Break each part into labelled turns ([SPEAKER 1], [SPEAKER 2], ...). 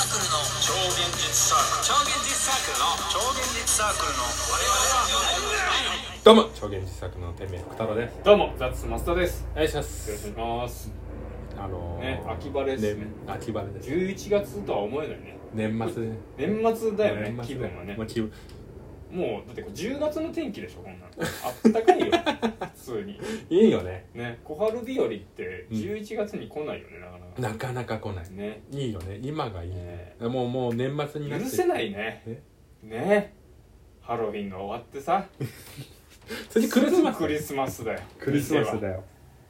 [SPEAKER 1] 超現実サークル超現実サークルの超現実サークルの我々は
[SPEAKER 2] どうも超現実作の天命福太郎です
[SPEAKER 3] どうも、ザッツマスターです。
[SPEAKER 2] お願いしま
[SPEAKER 3] よろしく
[SPEAKER 2] す
[SPEAKER 3] お願いします。
[SPEAKER 2] あのー、
[SPEAKER 3] ね秋晴れですね
[SPEAKER 2] ね秋晴れです
[SPEAKER 3] 11月とは思えないね。
[SPEAKER 2] 年末でね
[SPEAKER 3] 年末だよね、
[SPEAKER 2] 年
[SPEAKER 3] 気
[SPEAKER 2] 末
[SPEAKER 3] 分はね
[SPEAKER 2] ま。あ気分
[SPEAKER 3] もう、だってこれ10月の天気でしょ、こんなの。あったかい よ、普通に。
[SPEAKER 2] いいよね
[SPEAKER 3] ね、小春日和って
[SPEAKER 2] うん
[SPEAKER 3] 11月に来ないよね、なかな
[SPEAKER 2] なかなか来ない
[SPEAKER 3] か。ね。
[SPEAKER 2] いいよね今がいいね
[SPEAKER 3] ね
[SPEAKER 2] もうもう年末になっ
[SPEAKER 3] 許
[SPEAKER 2] て
[SPEAKER 3] せないね
[SPEAKER 2] え。
[SPEAKER 3] ね。ハロウィンが終わってさ。
[SPEAKER 2] それでクリスマス
[SPEAKER 3] すぐクリスマスだよ。店は。
[SPEAKER 2] よ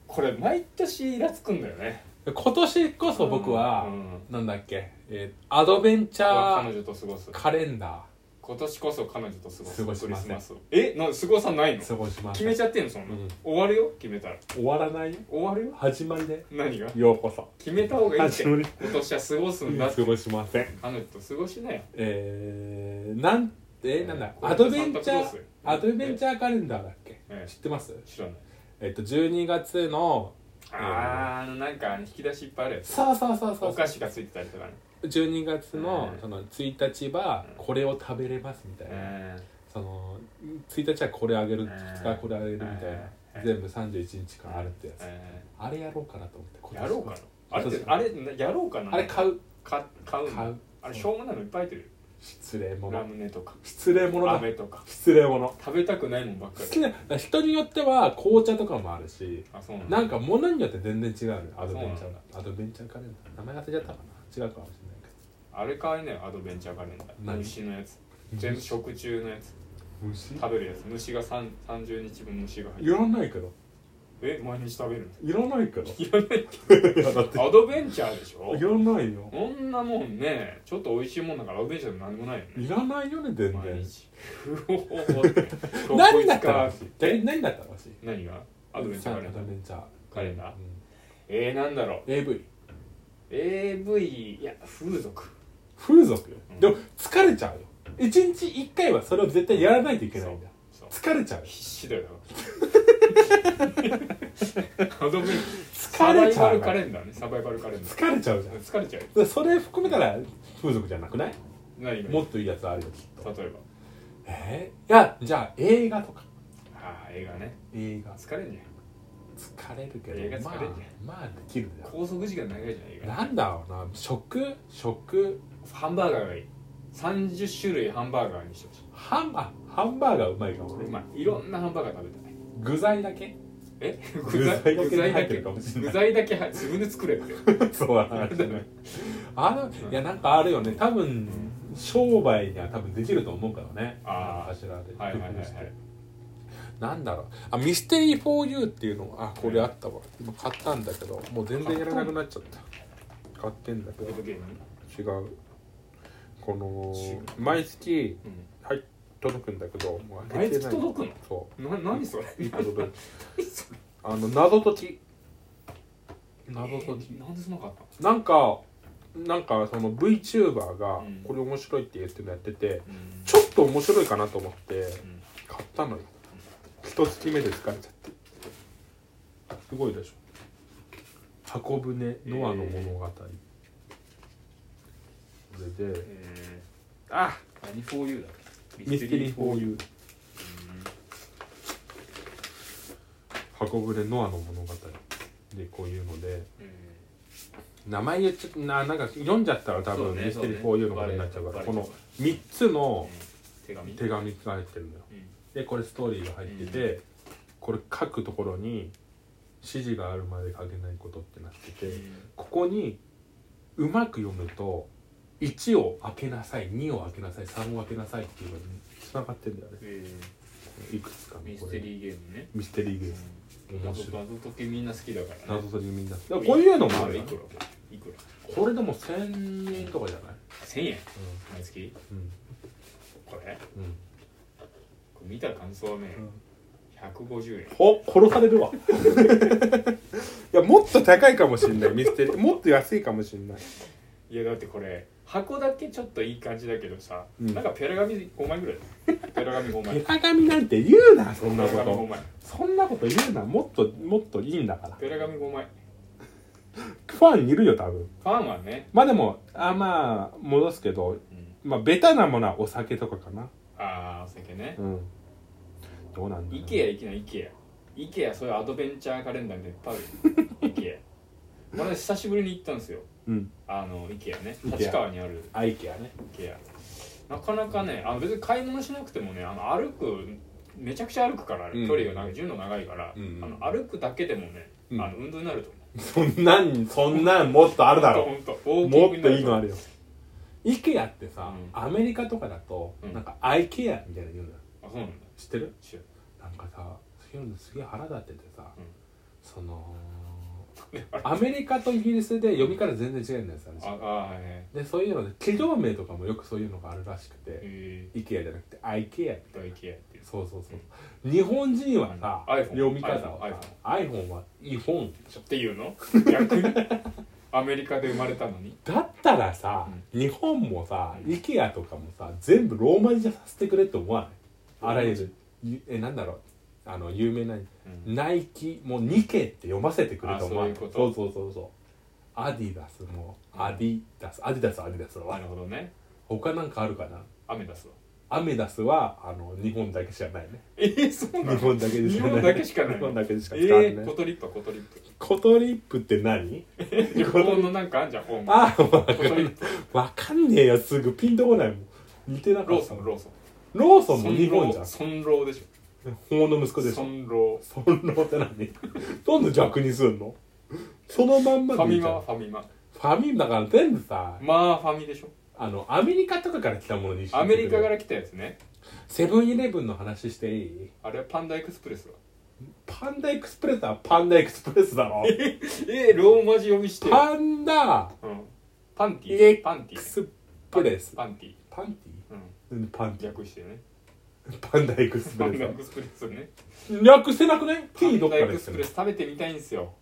[SPEAKER 3] これ、毎年イラつくんだよね。
[SPEAKER 2] 今年こそ僕は
[SPEAKER 3] う、ん
[SPEAKER 2] なんだっけ、えーアドベンチャ
[SPEAKER 3] 彼
[SPEAKER 2] ー
[SPEAKER 3] 女と過ごす。
[SPEAKER 2] カレンダ
[SPEAKER 3] 今年こそ彼女と過
[SPEAKER 2] 過ご
[SPEAKER 3] ご
[SPEAKER 2] し
[SPEAKER 3] す。クリ
[SPEAKER 2] ません
[SPEAKER 3] スマスを。え、な、過ごさないの
[SPEAKER 2] ー過ごします
[SPEAKER 3] 決めちゃってんのそんな、
[SPEAKER 2] うん
[SPEAKER 3] 終わるよ決めたら
[SPEAKER 2] 終わらないよ
[SPEAKER 3] 終わるよ
[SPEAKER 2] 始まりで
[SPEAKER 3] 何が
[SPEAKER 2] ようこそ
[SPEAKER 3] 決めた方がいいって
[SPEAKER 2] 始ま
[SPEAKER 3] 今
[SPEAKER 2] り
[SPEAKER 3] 年は過ごすんだって
[SPEAKER 2] 過ごしません
[SPEAKER 3] 彼女と過ごしなよ
[SPEAKER 2] えー、なんえーなんだ
[SPEAKER 3] これ
[SPEAKER 2] アドベンチ
[SPEAKER 3] サン
[SPEAKER 2] ャ
[SPEAKER 3] タクロース
[SPEAKER 2] ーアドベンチャーカレンダーだっけ、
[SPEAKER 3] ええ
[SPEAKER 2] 知ってます
[SPEAKER 3] 知らない
[SPEAKER 2] えっと12月の
[SPEAKER 3] あーあのなんかあの引き出しいっぱいあるやつ
[SPEAKER 2] さあさあさあさ
[SPEAKER 3] お
[SPEAKER 2] あ
[SPEAKER 3] 菓子がついてたりとかね
[SPEAKER 2] 12月の
[SPEAKER 3] うん
[SPEAKER 2] その1日はこれを食べれますみたいな、
[SPEAKER 3] え
[SPEAKER 2] その1日はこれあげる
[SPEAKER 3] うん
[SPEAKER 2] 2日はこれあげるみたいな、
[SPEAKER 3] うん
[SPEAKER 2] 全部31日間あるってやつ、
[SPEAKER 3] え
[SPEAKER 2] あれやろうかなと思って
[SPEAKER 3] やろうかなあれっ
[SPEAKER 2] 今年
[SPEAKER 3] てあれなやろうかな
[SPEAKER 2] あれ買う
[SPEAKER 3] か買うの
[SPEAKER 2] 買う
[SPEAKER 3] あれしょうもないのいっぱい入ってる
[SPEAKER 2] 失礼
[SPEAKER 3] よラ
[SPEAKER 2] 者
[SPEAKER 3] ムネとか
[SPEAKER 2] 失礼者だ
[SPEAKER 3] 飴とか
[SPEAKER 2] 失礼者
[SPEAKER 3] 食べたくないもんばっか
[SPEAKER 2] 好
[SPEAKER 3] り
[SPEAKER 2] きな人によっては紅茶とかもあるし
[SPEAKER 3] あそうなんだ
[SPEAKER 2] なんか物によって全然違うねアドベンチャ
[SPEAKER 3] そう
[SPEAKER 2] ー
[SPEAKER 3] な
[SPEAKER 2] アドベンチャーカレンダー名前忘れちゃったかな違うかもしれないけ
[SPEAKER 3] あれ買えないアドベンチャーカレンダー
[SPEAKER 2] 何
[SPEAKER 3] 虫のやつ全部食虫のやつ
[SPEAKER 2] ど虫
[SPEAKER 3] 食べるやつ虫がさん30日分虫が
[SPEAKER 2] い
[SPEAKER 3] 入ってる
[SPEAKER 2] らないけど
[SPEAKER 3] え毎日食べる
[SPEAKER 2] いらないけど
[SPEAKER 3] いらな
[SPEAKER 2] い
[SPEAKER 3] い
[SPEAKER 2] やだって
[SPEAKER 3] アドベンチャーでしょ
[SPEAKER 2] いらないよ
[SPEAKER 3] こんなもんねちょっと美味しいもんだからアドベンチャーで何もないよね
[SPEAKER 2] いらないよね全
[SPEAKER 3] 毎
[SPEAKER 2] 然
[SPEAKER 3] 日うおーって
[SPEAKER 2] 何だったら
[SPEAKER 3] こ
[SPEAKER 2] 欲
[SPEAKER 3] こ
[SPEAKER 2] しい
[SPEAKER 3] いつか
[SPEAKER 2] え何だったら欲しい
[SPEAKER 3] 何がアドベンチャーカレンダ
[SPEAKER 2] アドベ
[SPEAKER 3] ー
[SPEAKER 2] ンチャー
[SPEAKER 3] カレンダー
[SPEAKER 2] うん
[SPEAKER 3] えー、なんだろう
[SPEAKER 2] AV
[SPEAKER 3] AV いや風俗
[SPEAKER 2] 風俗よ
[SPEAKER 3] うん
[SPEAKER 2] でも疲れちゃうよ一日一回はそれを絶対やらないといけないんだ
[SPEAKER 3] そう
[SPEAKER 2] 疲れちゃうよ
[SPEAKER 3] 必死だよだからアドベンサ
[SPEAKER 2] 疲
[SPEAKER 3] バイ
[SPEAKER 2] れちゃ
[SPEAKER 3] バ
[SPEAKER 2] う
[SPEAKER 3] ルカ
[SPEAKER 2] から
[SPEAKER 3] レンダーねサバイバルカレンダー
[SPEAKER 2] 疲れちゃうじゃんだか
[SPEAKER 3] 疲れちゃうよ
[SPEAKER 2] らそれ含めたら風俗じゃなくない
[SPEAKER 3] 何がいい
[SPEAKER 2] もっといいやつあるよきっと
[SPEAKER 3] 例えば
[SPEAKER 2] えー、いやじゃあ映画とか
[SPEAKER 3] ああ映画ね
[SPEAKER 2] 映画
[SPEAKER 3] 疲れんじゃん
[SPEAKER 2] 疲れるけど
[SPEAKER 3] 映画
[SPEAKER 2] まあ
[SPEAKER 3] 疲れんじ
[SPEAKER 2] まあできるじゃ
[SPEAKER 3] 拘束時間長いじゃん映
[SPEAKER 2] ん
[SPEAKER 3] 画
[SPEAKER 2] なんだろうな食食
[SPEAKER 3] ハンバーガーがいい30種類ハンバーガーにしてほしい
[SPEAKER 2] ハンバハンバーガーうまいかも
[SPEAKER 3] う
[SPEAKER 2] ね
[SPEAKER 3] まいいろんなハンバーガー食べたい
[SPEAKER 2] 具材だけ
[SPEAKER 3] え
[SPEAKER 2] 具材だけ
[SPEAKER 3] 具
[SPEAKER 2] 入
[SPEAKER 3] 材だ
[SPEAKER 2] って
[SPEAKER 3] け
[SPEAKER 2] るかもしれない
[SPEAKER 3] 具材だけは自分で作れっ て
[SPEAKER 2] そうだなあのいやなんかあるよね多分商売には多分できると思うからね
[SPEAKER 3] あー
[SPEAKER 2] 柱で
[SPEAKER 3] はいはい はいはい
[SPEAKER 2] なんだろうあミステリー 4U っていうのあこれあったわ今買ったんだけどもう全然やらなくなっちゃった買ってんだけ
[SPEAKER 3] ボ
[SPEAKER 2] ど
[SPEAKER 3] ードゲーム
[SPEAKER 2] 違うこの
[SPEAKER 3] 違う
[SPEAKER 2] 毎月
[SPEAKER 3] う
[SPEAKER 2] はい届くんだけどもう開
[SPEAKER 3] 毎
[SPEAKER 2] けて
[SPEAKER 3] 月
[SPEAKER 2] ない
[SPEAKER 3] 届くの
[SPEAKER 2] そ
[SPEAKER 3] んな何それ
[SPEAKER 2] ういいことで
[SPEAKER 3] 何それ
[SPEAKER 2] あの謎解き謎解き
[SPEAKER 3] えーなんでそんなかったの
[SPEAKER 2] なんかなんかその VTuber が
[SPEAKER 3] うん
[SPEAKER 2] これ面白いって言ってるのやってて
[SPEAKER 3] うん
[SPEAKER 2] ちょっと面白いかなと思って
[SPEAKER 3] うん
[SPEAKER 2] 買ったのよ一月目で疲れちゃってすごいでしょ箱舟ノアの物語、これで
[SPEAKER 3] え
[SPEAKER 2] あ
[SPEAKER 3] ー何 4U だっけ
[SPEAKER 2] ミステリー 4U 箱舟ノアの物語でこういうので
[SPEAKER 3] うん
[SPEAKER 2] 名前言っちゃななんか読んじゃったら多
[SPEAKER 3] そう
[SPEAKER 2] 分
[SPEAKER 3] ね
[SPEAKER 2] ミステリー
[SPEAKER 3] そうね
[SPEAKER 2] 4U のことになっちゃうから
[SPEAKER 3] バレ
[SPEAKER 2] こ
[SPEAKER 3] ちゃう
[SPEAKER 2] の3つの
[SPEAKER 3] 手紙
[SPEAKER 2] 手紙が入ってるのよ
[SPEAKER 3] うん
[SPEAKER 2] でこれストーリーが入ってて、これ書くところに指示があるまで書けないことってなってて、ここにうまく読むと1を開けなさい2を開けなさい3を開けなさいっていうのにつながってんだよね
[SPEAKER 3] え
[SPEAKER 2] いくつかの
[SPEAKER 3] ーミ
[SPEAKER 2] こ
[SPEAKER 3] ス
[SPEAKER 2] れ
[SPEAKER 3] テリーゲームね
[SPEAKER 2] ミステリーゲー
[SPEAKER 3] うん
[SPEAKER 2] ム面
[SPEAKER 3] 謎
[SPEAKER 2] 白い
[SPEAKER 3] 謎解きみんな好きだからね
[SPEAKER 2] 謎解きみんなこういうのもある
[SPEAKER 3] い
[SPEAKER 2] よ
[SPEAKER 3] くらいくら
[SPEAKER 2] これでも1000円とかじゃない
[SPEAKER 3] 1000円毎月
[SPEAKER 2] うん
[SPEAKER 3] これ
[SPEAKER 2] うんうん
[SPEAKER 3] これ見た感想はね150円
[SPEAKER 2] ほ殺されるわ いやもっと高いかもしんないミステリーもっと安いかもしんない
[SPEAKER 3] いやだってこれ箱だけちょっといい感じだけどさ、
[SPEAKER 2] うん
[SPEAKER 3] なんかペラ紙5枚ぐらいだよペラ紙5枚
[SPEAKER 2] 手紙なんて言うな そんな
[SPEAKER 3] ペ
[SPEAKER 2] こ
[SPEAKER 3] ラ紙5
[SPEAKER 2] と
[SPEAKER 3] 枚
[SPEAKER 2] そんなこと言うなもっともっといいんだから
[SPEAKER 3] ペラ紙5枚
[SPEAKER 2] フファンいるよ多分
[SPEAKER 3] ファンはね、
[SPEAKER 2] まあでもあまあ戻すけど
[SPEAKER 3] うん、
[SPEAKER 2] まあベタなものはお酒とかかな
[SPEAKER 3] ああお酒ね
[SPEAKER 2] うんどうなんだろう
[SPEAKER 3] イケア行きなイケアイケアそういうアドベンチャーカレンダーみたいなのいっ ぱいあるイケア私久しぶりに行ったんですよ
[SPEAKER 2] うん
[SPEAKER 3] あのイケアね
[SPEAKER 2] IKEA
[SPEAKER 3] 立川にある
[SPEAKER 2] アイケアね
[SPEAKER 3] イケアなかなかねあの別に買い物しなくてもねあの歩くめちゃくちゃ歩くから、あれ
[SPEAKER 4] うん
[SPEAKER 3] 距離が長い10の長いから、
[SPEAKER 4] うんうん
[SPEAKER 3] あの歩くだけでもね、
[SPEAKER 2] うん
[SPEAKER 3] あの運動になると思う
[SPEAKER 4] そんなんそんなんもっとあるだろ
[SPEAKER 3] ほんとほんと
[SPEAKER 2] もっといいのあ
[SPEAKER 3] る
[SPEAKER 2] るよ IKEA ってさ、
[SPEAKER 3] うん
[SPEAKER 2] アメリカとかだと、
[SPEAKER 3] うん
[SPEAKER 2] なんか IKEA みたいなの言うんだよ
[SPEAKER 3] あそうなんだ
[SPEAKER 2] 知ってる
[SPEAKER 3] 知ら
[SPEAKER 2] なんかさそういうのすげえ腹立っててさ、
[SPEAKER 3] うん
[SPEAKER 2] その
[SPEAKER 3] ないあれ
[SPEAKER 2] アメリカとイギリスで読み方全然違うんですよ
[SPEAKER 3] ああーへ
[SPEAKER 2] でそういうので企業名とかもよくそういうのがあるらしく
[SPEAKER 3] え
[SPEAKER 2] て、
[SPEAKER 3] え
[SPEAKER 2] IKEA じゃなくて IKEA
[SPEAKER 3] ー、大イケアっていう
[SPEAKER 2] そうそうそう日本人はさ、
[SPEAKER 3] うん iPhone
[SPEAKER 2] 読み方はさ iPhone はイフォン
[SPEAKER 3] っていうの逆 にアメリカで生まれたの に
[SPEAKER 2] だったらさ、日本もさ IKEA とかもさ全部ローマ字じゃさせてくれって思わないあらゆるゆえなんだろうあの有名な
[SPEAKER 3] うん
[SPEAKER 2] ナイキもニケって読ませてくれと思わない
[SPEAKER 3] あそういう
[SPEAKER 2] そ
[SPEAKER 3] こと
[SPEAKER 2] うそうそうそうアディダスも
[SPEAKER 3] うん
[SPEAKER 2] アディダスアディダスアディダス
[SPEAKER 3] な
[SPEAKER 2] は
[SPEAKER 3] るほどね
[SPEAKER 2] 他なんかあるかな
[SPEAKER 3] アメダスは
[SPEAKER 2] アメダスはあの日本だけしかないね
[SPEAKER 3] えー、そうな
[SPEAKER 2] 日
[SPEAKER 3] の
[SPEAKER 2] 本だけでしかない
[SPEAKER 3] 日本だけしかない
[SPEAKER 2] 日本だけでしか
[SPEAKER 3] え
[SPEAKER 2] 使わない、
[SPEAKER 3] ー、コトリッパコトリッ
[SPEAKER 2] コトリップって何
[SPEAKER 3] プ 日本のなんかあんじゃんホーム
[SPEAKER 2] ああわか
[SPEAKER 3] コトリ
[SPEAKER 2] ん
[SPEAKER 3] ップ
[SPEAKER 2] わかんねえよすぐピンとこないもん似てなか
[SPEAKER 3] ロー
[SPEAKER 2] った
[SPEAKER 3] ソンローソン
[SPEAKER 2] ローソンも日本じゃん
[SPEAKER 3] ソンローソンローでし
[SPEAKER 2] 法の息
[SPEAKER 3] ょ
[SPEAKER 2] 子でし
[SPEAKER 3] ソ
[SPEAKER 2] ょ
[SPEAKER 3] ンロ
[SPEAKER 2] そんなって何なんで弱にすんのそのまん
[SPEAKER 3] ー
[SPEAKER 2] ま
[SPEAKER 3] ファ
[SPEAKER 2] でい
[SPEAKER 3] ミ
[SPEAKER 2] いじ
[SPEAKER 3] マ
[SPEAKER 2] ゃん
[SPEAKER 3] はファミマ
[SPEAKER 2] ファミマだから全部さ
[SPEAKER 3] まあファミでしょ
[SPEAKER 2] あのアメリカとかから来たものにして
[SPEAKER 3] アメリカか
[SPEAKER 2] くれ
[SPEAKER 3] ら来たやつね
[SPEAKER 2] セブンイレブンの話していい
[SPEAKER 3] あれはパンダエクスプレスは
[SPEAKER 2] パンダエクスプレスはパンダエクスプレスだ ろ
[SPEAKER 3] えー、ローマ字読みしてよ、
[SPEAKER 2] パンダ
[SPEAKER 3] うん、パンティ
[SPEAKER 2] エ
[SPEAKER 3] ーパンティ
[SPEAKER 2] エク
[SPEAKER 3] ー
[SPEAKER 2] スプレス
[SPEAKER 3] パンティー、
[SPEAKER 2] パンテ
[SPEAKER 3] う
[SPEAKER 2] ィな
[SPEAKER 3] ん、
[SPEAKER 2] んでパンティ
[SPEAKER 3] 略してね
[SPEAKER 2] パンダエクスプ
[SPEAKER 3] パ
[SPEAKER 2] レ
[SPEAKER 3] ン
[SPEAKER 2] ス
[SPEAKER 3] ダ
[SPEAKER 2] だ
[SPEAKER 3] エクスプレスね
[SPEAKER 2] 略せなくない
[SPEAKER 3] パ
[SPEAKER 2] ?T ど
[SPEAKER 3] ン
[SPEAKER 2] っか
[SPEAKER 3] ダエ
[SPEAKER 2] ら
[SPEAKER 3] ク
[SPEAKER 2] で
[SPEAKER 3] ス
[SPEAKER 2] す
[SPEAKER 3] プ
[SPEAKER 2] よ
[SPEAKER 3] レ
[SPEAKER 2] ね
[SPEAKER 3] ス食べてみたいんですよ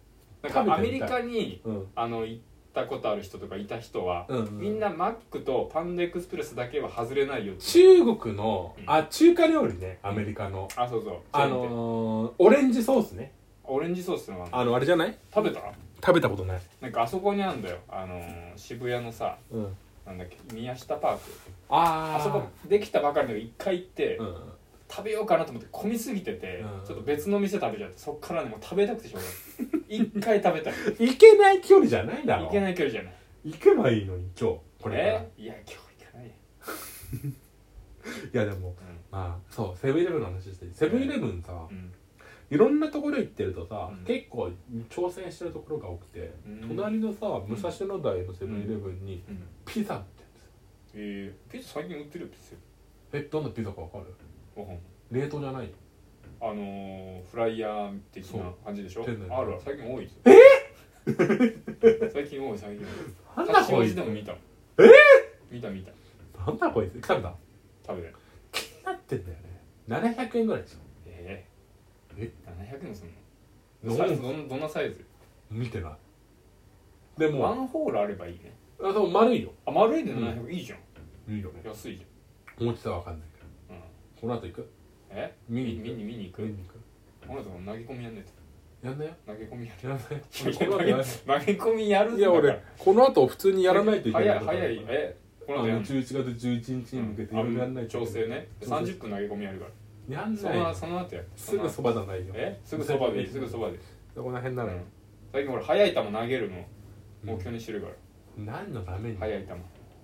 [SPEAKER 3] なん
[SPEAKER 2] 食べ
[SPEAKER 3] かア
[SPEAKER 2] て
[SPEAKER 3] メ
[SPEAKER 2] み
[SPEAKER 3] リ
[SPEAKER 2] たい
[SPEAKER 3] カに
[SPEAKER 2] うん
[SPEAKER 3] あの行ったことある人とかいた人は、
[SPEAKER 2] うんうん
[SPEAKER 3] みんなマックとパンダエクスプレスだけは外れないよって
[SPEAKER 2] 中国の
[SPEAKER 3] うん
[SPEAKER 2] あ中華料理ねアメリカの
[SPEAKER 3] あそうそう
[SPEAKER 2] あのーオレンジソースね
[SPEAKER 3] オレンジソースってのは
[SPEAKER 2] あのあれじゃない
[SPEAKER 3] 食べた
[SPEAKER 2] 食べたことない
[SPEAKER 3] なんかあそこにあるんだよあのー渋谷のさ
[SPEAKER 2] うん
[SPEAKER 3] なんだっけ宮下パーク
[SPEAKER 2] あ
[SPEAKER 3] あそこできたばかりの一回行って、
[SPEAKER 2] うん
[SPEAKER 3] 食べようかなと思って混みすぎてて、
[SPEAKER 2] うん
[SPEAKER 3] ちょっと別の店食べちゃってそっからねもう食べたくてしょうが ない一回食べたい
[SPEAKER 2] 行けない距離じゃないだろ
[SPEAKER 3] いけない距離じゃない
[SPEAKER 2] 行けばいいのに今日これから
[SPEAKER 3] えいや今日行かないよ
[SPEAKER 2] いやでもまあそうセブンイレブンの話してセブンイレブンさ
[SPEAKER 3] うん、
[SPEAKER 2] いろんなところ行ってるとさ、
[SPEAKER 3] うん
[SPEAKER 2] 結構挑戦してるところが多くて、
[SPEAKER 3] うん
[SPEAKER 2] 隣のさ武蔵野台のセブンイレブンに
[SPEAKER 3] うんうん
[SPEAKER 2] ピザ売ってるんですよ
[SPEAKER 3] えー、ピザ最近売ってるよピザ
[SPEAKER 2] えどんなピザかわかる
[SPEAKER 3] ご飯
[SPEAKER 2] 冷凍じゃない
[SPEAKER 3] あのー、フライヤー的な感じでしょあ
[SPEAKER 2] そう
[SPEAKER 3] る
[SPEAKER 2] 店内
[SPEAKER 3] あ
[SPEAKER 2] で
[SPEAKER 3] る最近多いえ 最近多い最近
[SPEAKER 2] な
[SPEAKER 3] 多
[SPEAKER 2] いんだこい
[SPEAKER 3] 八王子
[SPEAKER 2] つ
[SPEAKER 3] でも見たえ見た見た
[SPEAKER 2] なんだこいつ食べた
[SPEAKER 3] 食べた
[SPEAKER 2] 気になってんだよね700円ぐらいでしょ
[SPEAKER 3] え
[SPEAKER 2] え
[SPEAKER 3] え700もすん
[SPEAKER 2] 飲
[SPEAKER 3] の
[SPEAKER 2] む
[SPEAKER 3] サイズどんどんなサイズ
[SPEAKER 2] 見てないで
[SPEAKER 3] ワ
[SPEAKER 2] も
[SPEAKER 3] ンホールあればいいね
[SPEAKER 2] あでも丸いよ
[SPEAKER 3] あ丸いで700いいじゃん
[SPEAKER 2] いいよね
[SPEAKER 3] 安いじ
[SPEAKER 2] 大きさはわかんないけど
[SPEAKER 3] ゃん、うん、
[SPEAKER 2] この後行く
[SPEAKER 3] え
[SPEAKER 2] 見
[SPEAKER 3] 見
[SPEAKER 2] に
[SPEAKER 3] に見に見に行
[SPEAKER 2] 行く見
[SPEAKER 3] く
[SPEAKER 2] に行く
[SPEAKER 3] 俺と投げ込みやんねえと
[SPEAKER 2] やんなよ
[SPEAKER 3] 投げ込みや
[SPEAKER 2] やらない
[SPEAKER 3] る いや投げ投げ込みやるんだ
[SPEAKER 2] いや
[SPEAKER 3] から
[SPEAKER 2] 俺この後普通にやらないといけない
[SPEAKER 3] 早い早いえ
[SPEAKER 2] あ
[SPEAKER 3] この
[SPEAKER 2] の
[SPEAKER 3] 後やんの
[SPEAKER 2] 11月11日に向けていろいろやんないとい
[SPEAKER 3] 調
[SPEAKER 2] けない
[SPEAKER 3] 整ね30分投げ込みやるから
[SPEAKER 2] やん
[SPEAKER 3] そ
[SPEAKER 2] な
[SPEAKER 3] の
[SPEAKER 2] い
[SPEAKER 3] その後やる
[SPEAKER 2] すぐそばじゃないよ
[SPEAKER 3] えすぐそばでいいすぐそばでいい、
[SPEAKER 2] この辺な
[SPEAKER 3] う
[SPEAKER 2] のよ
[SPEAKER 3] ん、最近俺速い球投げるの目標にしてるから、
[SPEAKER 2] 何のために
[SPEAKER 3] 速い球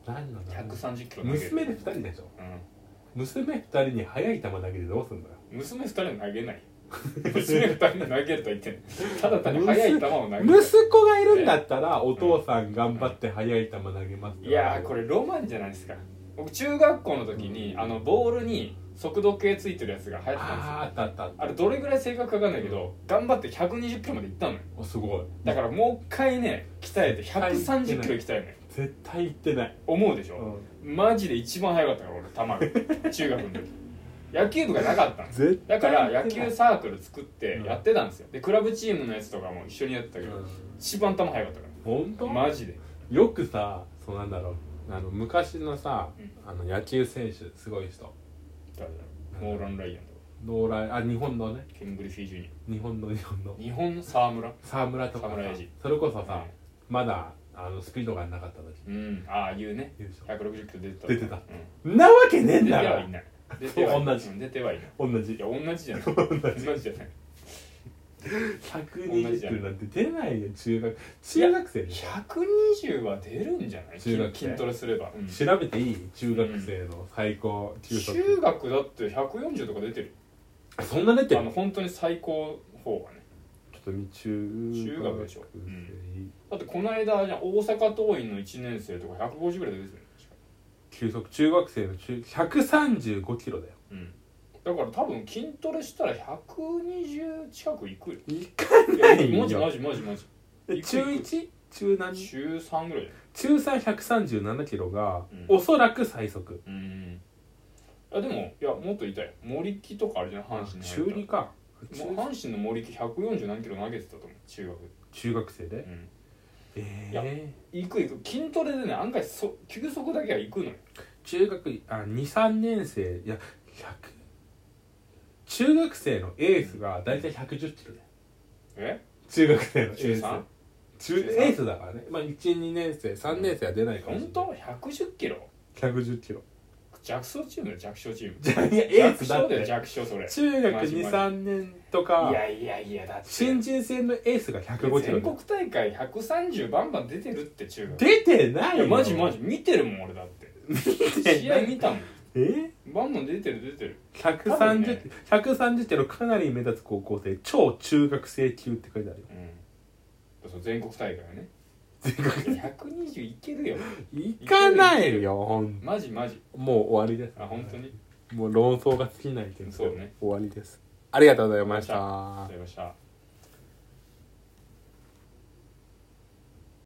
[SPEAKER 2] 何のために
[SPEAKER 3] 130キロ投げる
[SPEAKER 2] 娘で2人でしょ
[SPEAKER 3] う
[SPEAKER 2] 娘2人に速い球投げてどうすんだよ
[SPEAKER 3] ん、娘2人は投げないよ娘2人は投げるとは言ってないただ単に速い球を投げる
[SPEAKER 2] 息子がいるんだったらお父さん頑張って速い球投げますよ
[SPEAKER 3] いやーこれロマンじゃないですか僕中学校の時にあのボールに速度計ついてるやつが流行ってたんですよ
[SPEAKER 2] あーあったあったあった
[SPEAKER 3] あれどれぐらい正確かわかんないけど頑張って120キロまで行ったのよ
[SPEAKER 2] おすごい
[SPEAKER 3] だからもう一回ね鍛えて130キロ行きたいのよ
[SPEAKER 2] 絶対行ってない、
[SPEAKER 3] 思うでしょ、マジで一番速かったから俺球が中学の時野球部がなかったの
[SPEAKER 2] 絶
[SPEAKER 3] だ
[SPEAKER 2] 対
[SPEAKER 3] から野
[SPEAKER 2] 行ってな
[SPEAKER 3] 球
[SPEAKER 2] い
[SPEAKER 3] サークル作ってやってたんですよでクラブチームのやつとかも一緒にやってたけど、
[SPEAKER 2] うん
[SPEAKER 3] 一番球速かったか
[SPEAKER 2] 本当
[SPEAKER 3] らマジで
[SPEAKER 2] よくさそうなんだろうあの昔のさ、
[SPEAKER 3] う
[SPEAKER 2] あの野球選手すごい人
[SPEAKER 3] 誰だろうモーラン・ライアンとか
[SPEAKER 2] ノーライあ日本のね
[SPEAKER 3] ケングリフィー・ジュニ
[SPEAKER 2] 日本の日本の
[SPEAKER 3] ア日本の沢村
[SPEAKER 2] 沢村とかさ
[SPEAKER 3] 沢村栄治
[SPEAKER 2] それこそさ、
[SPEAKER 3] はい
[SPEAKER 2] まだあのスピードがなかった時
[SPEAKER 3] うんああ言うね
[SPEAKER 2] 言うでしょ
[SPEAKER 3] 160キロ出てた
[SPEAKER 2] 出てた
[SPEAKER 3] うん
[SPEAKER 4] なわけねえん
[SPEAKER 3] 出て
[SPEAKER 4] だ
[SPEAKER 3] はい
[SPEAKER 4] ろ
[SPEAKER 3] ない出てはいな
[SPEAKER 4] 同
[SPEAKER 3] い
[SPEAKER 4] じ
[SPEAKER 3] うん出てはいない
[SPEAKER 4] 同
[SPEAKER 3] い
[SPEAKER 4] じ
[SPEAKER 3] や同じじゃ ない同じじゃない
[SPEAKER 2] 120
[SPEAKER 3] 同じじゃ
[SPEAKER 2] キ
[SPEAKER 3] ん
[SPEAKER 2] ロなんて出ないよ中学中学生でしょ
[SPEAKER 3] 120は出るんじゃない
[SPEAKER 2] 中学
[SPEAKER 3] 筋
[SPEAKER 2] 生
[SPEAKER 3] 筋トレすれば、うん
[SPEAKER 2] 調べていい中学生の最高球速、
[SPEAKER 3] 中学だって140とか出てる
[SPEAKER 2] そんな出て
[SPEAKER 3] あ
[SPEAKER 2] る
[SPEAKER 3] の本当に最高峰はね
[SPEAKER 2] ちょっと見中
[SPEAKER 3] 中学でしょう
[SPEAKER 2] 生
[SPEAKER 3] だってこの間じゃあ大阪桐蔭の1年生とか150ぐらい出てるんですよ
[SPEAKER 2] 球速中学生の中135キロだよ
[SPEAKER 3] うんだから多分筋トレしたら120近くいくよ
[SPEAKER 2] いか
[SPEAKER 3] いや
[SPEAKER 2] ないよ
[SPEAKER 3] マジマジマジマジいくいく
[SPEAKER 2] 中 1? 中何
[SPEAKER 3] 中3ぐらいだよ
[SPEAKER 2] 中3137キロが、
[SPEAKER 3] うん
[SPEAKER 2] おそらく最速
[SPEAKER 3] うんあでもいやもっといたよ森木とかあれじゃない阪神の
[SPEAKER 2] 中2か
[SPEAKER 3] もう阪神の森木140何キロ投げてたと思う中学
[SPEAKER 2] 中学生で
[SPEAKER 3] うんいや
[SPEAKER 2] え
[SPEAKER 3] 行く行く筋トレでね案外そ休息だけは行くのよ
[SPEAKER 2] ー、中学あ23年生いや100中学生のエースが大体110キロだよ
[SPEAKER 3] え
[SPEAKER 2] 中学生のエース
[SPEAKER 3] 13?
[SPEAKER 2] 中エースだからねまあ12年生3年生は出ないかもしれ
[SPEAKER 3] 本
[SPEAKER 2] ない
[SPEAKER 3] 当110キロ
[SPEAKER 2] 110キロ
[SPEAKER 3] 弱小チームだよ弱小チーム
[SPEAKER 2] じゃあいやエー
[SPEAKER 3] 弱
[SPEAKER 2] スだ
[SPEAKER 3] 小
[SPEAKER 2] っ
[SPEAKER 3] だよ
[SPEAKER 2] て
[SPEAKER 3] 弱小それ
[SPEAKER 2] 中学
[SPEAKER 3] マジマジ
[SPEAKER 2] 23年とか
[SPEAKER 3] いやいやいやだって
[SPEAKER 2] 新人戦のエースが150キロ
[SPEAKER 3] 全
[SPEAKER 2] だよ
[SPEAKER 3] 国大会130バンバン出てるって中学
[SPEAKER 2] 出てない
[SPEAKER 3] い
[SPEAKER 2] よ
[SPEAKER 3] やマジマジ見てるもん俺だって試合見たもん
[SPEAKER 2] え
[SPEAKER 3] バンバン出てる出てる
[SPEAKER 2] 百
[SPEAKER 3] 多分
[SPEAKER 2] 三
[SPEAKER 3] ね
[SPEAKER 2] 十130キロかなり目立つ高校生超中学生級って書いてあるよ
[SPEAKER 3] うんそう全国大会はね
[SPEAKER 2] 全
[SPEAKER 3] 120いけるよ
[SPEAKER 2] 行かないよほん
[SPEAKER 3] マジマジ
[SPEAKER 2] もう終わりです
[SPEAKER 3] あ本当に
[SPEAKER 2] もう論争が尽きないけど
[SPEAKER 3] そうね
[SPEAKER 2] 終わりですありがとうございました
[SPEAKER 3] ありがとうございました